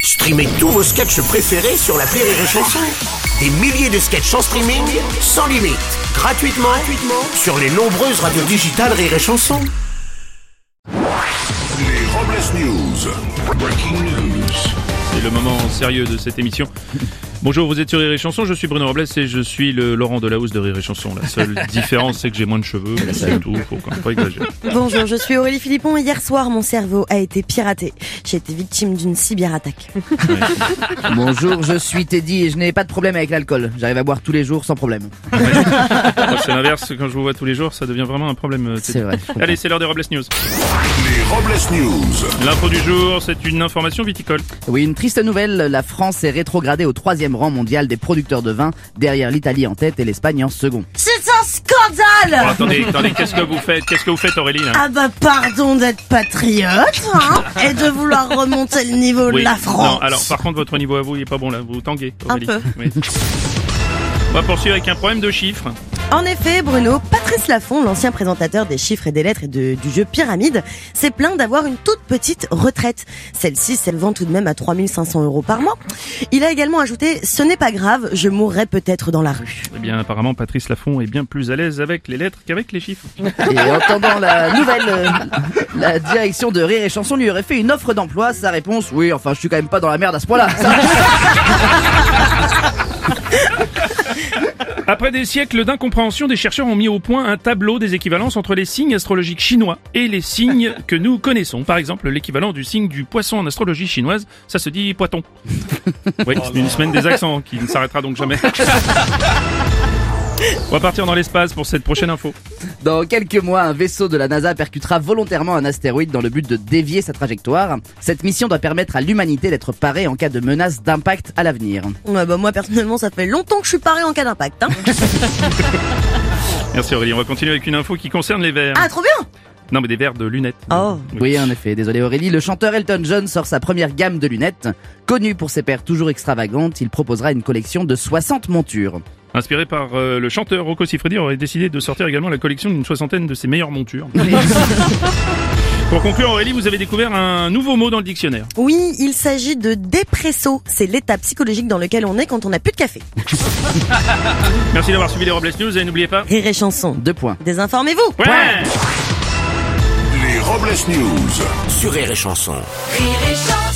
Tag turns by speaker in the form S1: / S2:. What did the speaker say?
S1: Streamez tous vos sketchs préférés sur la Rire et Chanson. Des milliers de sketchs en streaming, sans limite, gratuitement, gratuitement sur les nombreuses radios digitales Rire et Chanson.
S2: Les Robles News. Breaking news.
S3: C'est le moment sérieux de cette émission. Bonjour, vous êtes sur Rire et Chanson, je suis Bruno Robles et je suis le Laurent Delahousse de Rire et Chanson. La seule différence, c'est que j'ai moins de cheveux, mais c'est tout, faut quand même pas exagérer.
S4: Bonjour, je suis Aurélie Philippon et hier soir mon cerveau a été piraté. J'ai été victime d'une cyberattaque.
S5: Bonjour, je suis Teddy et je n'ai pas de problème avec l'alcool. J'arrive à boire tous les jours sans problème.
S3: Moi, c'est l'inverse, quand je vous vois tous les jours, ça devient vraiment un problème. euh,
S5: C'est vrai.
S3: Allez, c'est l'heure des Robles News.
S2: Les Robles News.
S3: L'info du jour, c'est une information viticole.
S4: Ah.
S5: Oui, une triste nouvelle, la France est rétrogradée au troisième rang mondial des producteurs de vin, derrière l'Italie en tête et l'Espagne en second.
S4: C'est un
S3: Bon,
S4: scandale
S3: attendez, attendez, qu'est-ce que vous faites Qu'est-ce que vous faites, Aurélie là
S4: Ah bah pardon d'être patriote hein, et de vouloir remonter le niveau de
S3: Oui.
S4: la France.
S3: Non, alors, par contre, votre niveau à vous, il est pas bon là. Vous tanguez, Aurélie.
S4: peu.
S3: Oui. On va poursuivre avec un problème de chiffres.
S4: En effet, Bruno, Patrice Laffont, l'ancien présentateur des chiffres et des lettres et de- du jeu Pyramide, s'est plaint d'avoir une toute petite retraite. Celle-ci s'élevant tout de même à 3500 euros par mois. Il a également ajouté « Ce n'est pas grave, je mourrai peut-être dans la rue ».
S3: Eh bien, apparemment, Patrice Laffont est bien plus à l'aise avec les lettres qu'avec les chiffres.
S5: Et en attendant la nouvelle, euh, la direction de Rire et Chanson lui aurait fait une offre d'emploi. Sa réponse, oui, enfin, je suis quand même pas dans la merde à ce point-là. Ça-
S3: Après des siècles d'incompréhension, des chercheurs ont mis au point un tableau des équivalences entre les signes astrologiques chinois et les signes que nous connaissons. Par exemple, l'équivalent du signe du poisson en astrologie chinoise, ça se dit poiton. Oui,
S4: Oh
S3: c'est une semaine des accents qui ne s'arrêtera donc jamais. On va partir dans l'espace pour cette prochaine info.
S5: Dans quelques mois, un vaisseau de la NASA percutera volontairement un astéroïde dans le but de dévier sa trajectoire. Cette mission doit permettre à l'humanité d'être parée en cas de menace d'impact à l'avenir.
S4: Ouais, bah, moi, personnellement, ça fait longtemps que je suis paré en cas d'impact. Hein.
S3: Merci Aurélie, on va continuer avec une info qui concerne les verres.
S4: Ah, trop bien
S3: Non mais des verres de lunettes.
S4: Oh.
S5: Oui, en effet. Désolé Aurélie, le chanteur Elton John sort sa première gamme de lunettes. Connu pour ses paires toujours extravagantes, il proposera une collection de 60 montures.
S3: Inspiré par euh, le chanteur Rocco Siffredi, on aurait décidé de sortir également la collection d'une soixantaine de ses meilleures montures. Pour conclure, Aurélie, vous avez découvert un nouveau mot dans le dictionnaire.
S4: Oui, il s'agit de dépresso. C'est l'état psychologique dans lequel on est quand on n'a plus de café.
S3: Merci d'avoir suivi les Robles News et n'oubliez pas.
S4: Rire et chanson.
S5: Deux points.
S4: Désinformez-vous
S3: Ouais
S2: Les Robles News.
S1: Sur Rire et Chanson.
S6: Rire et chanson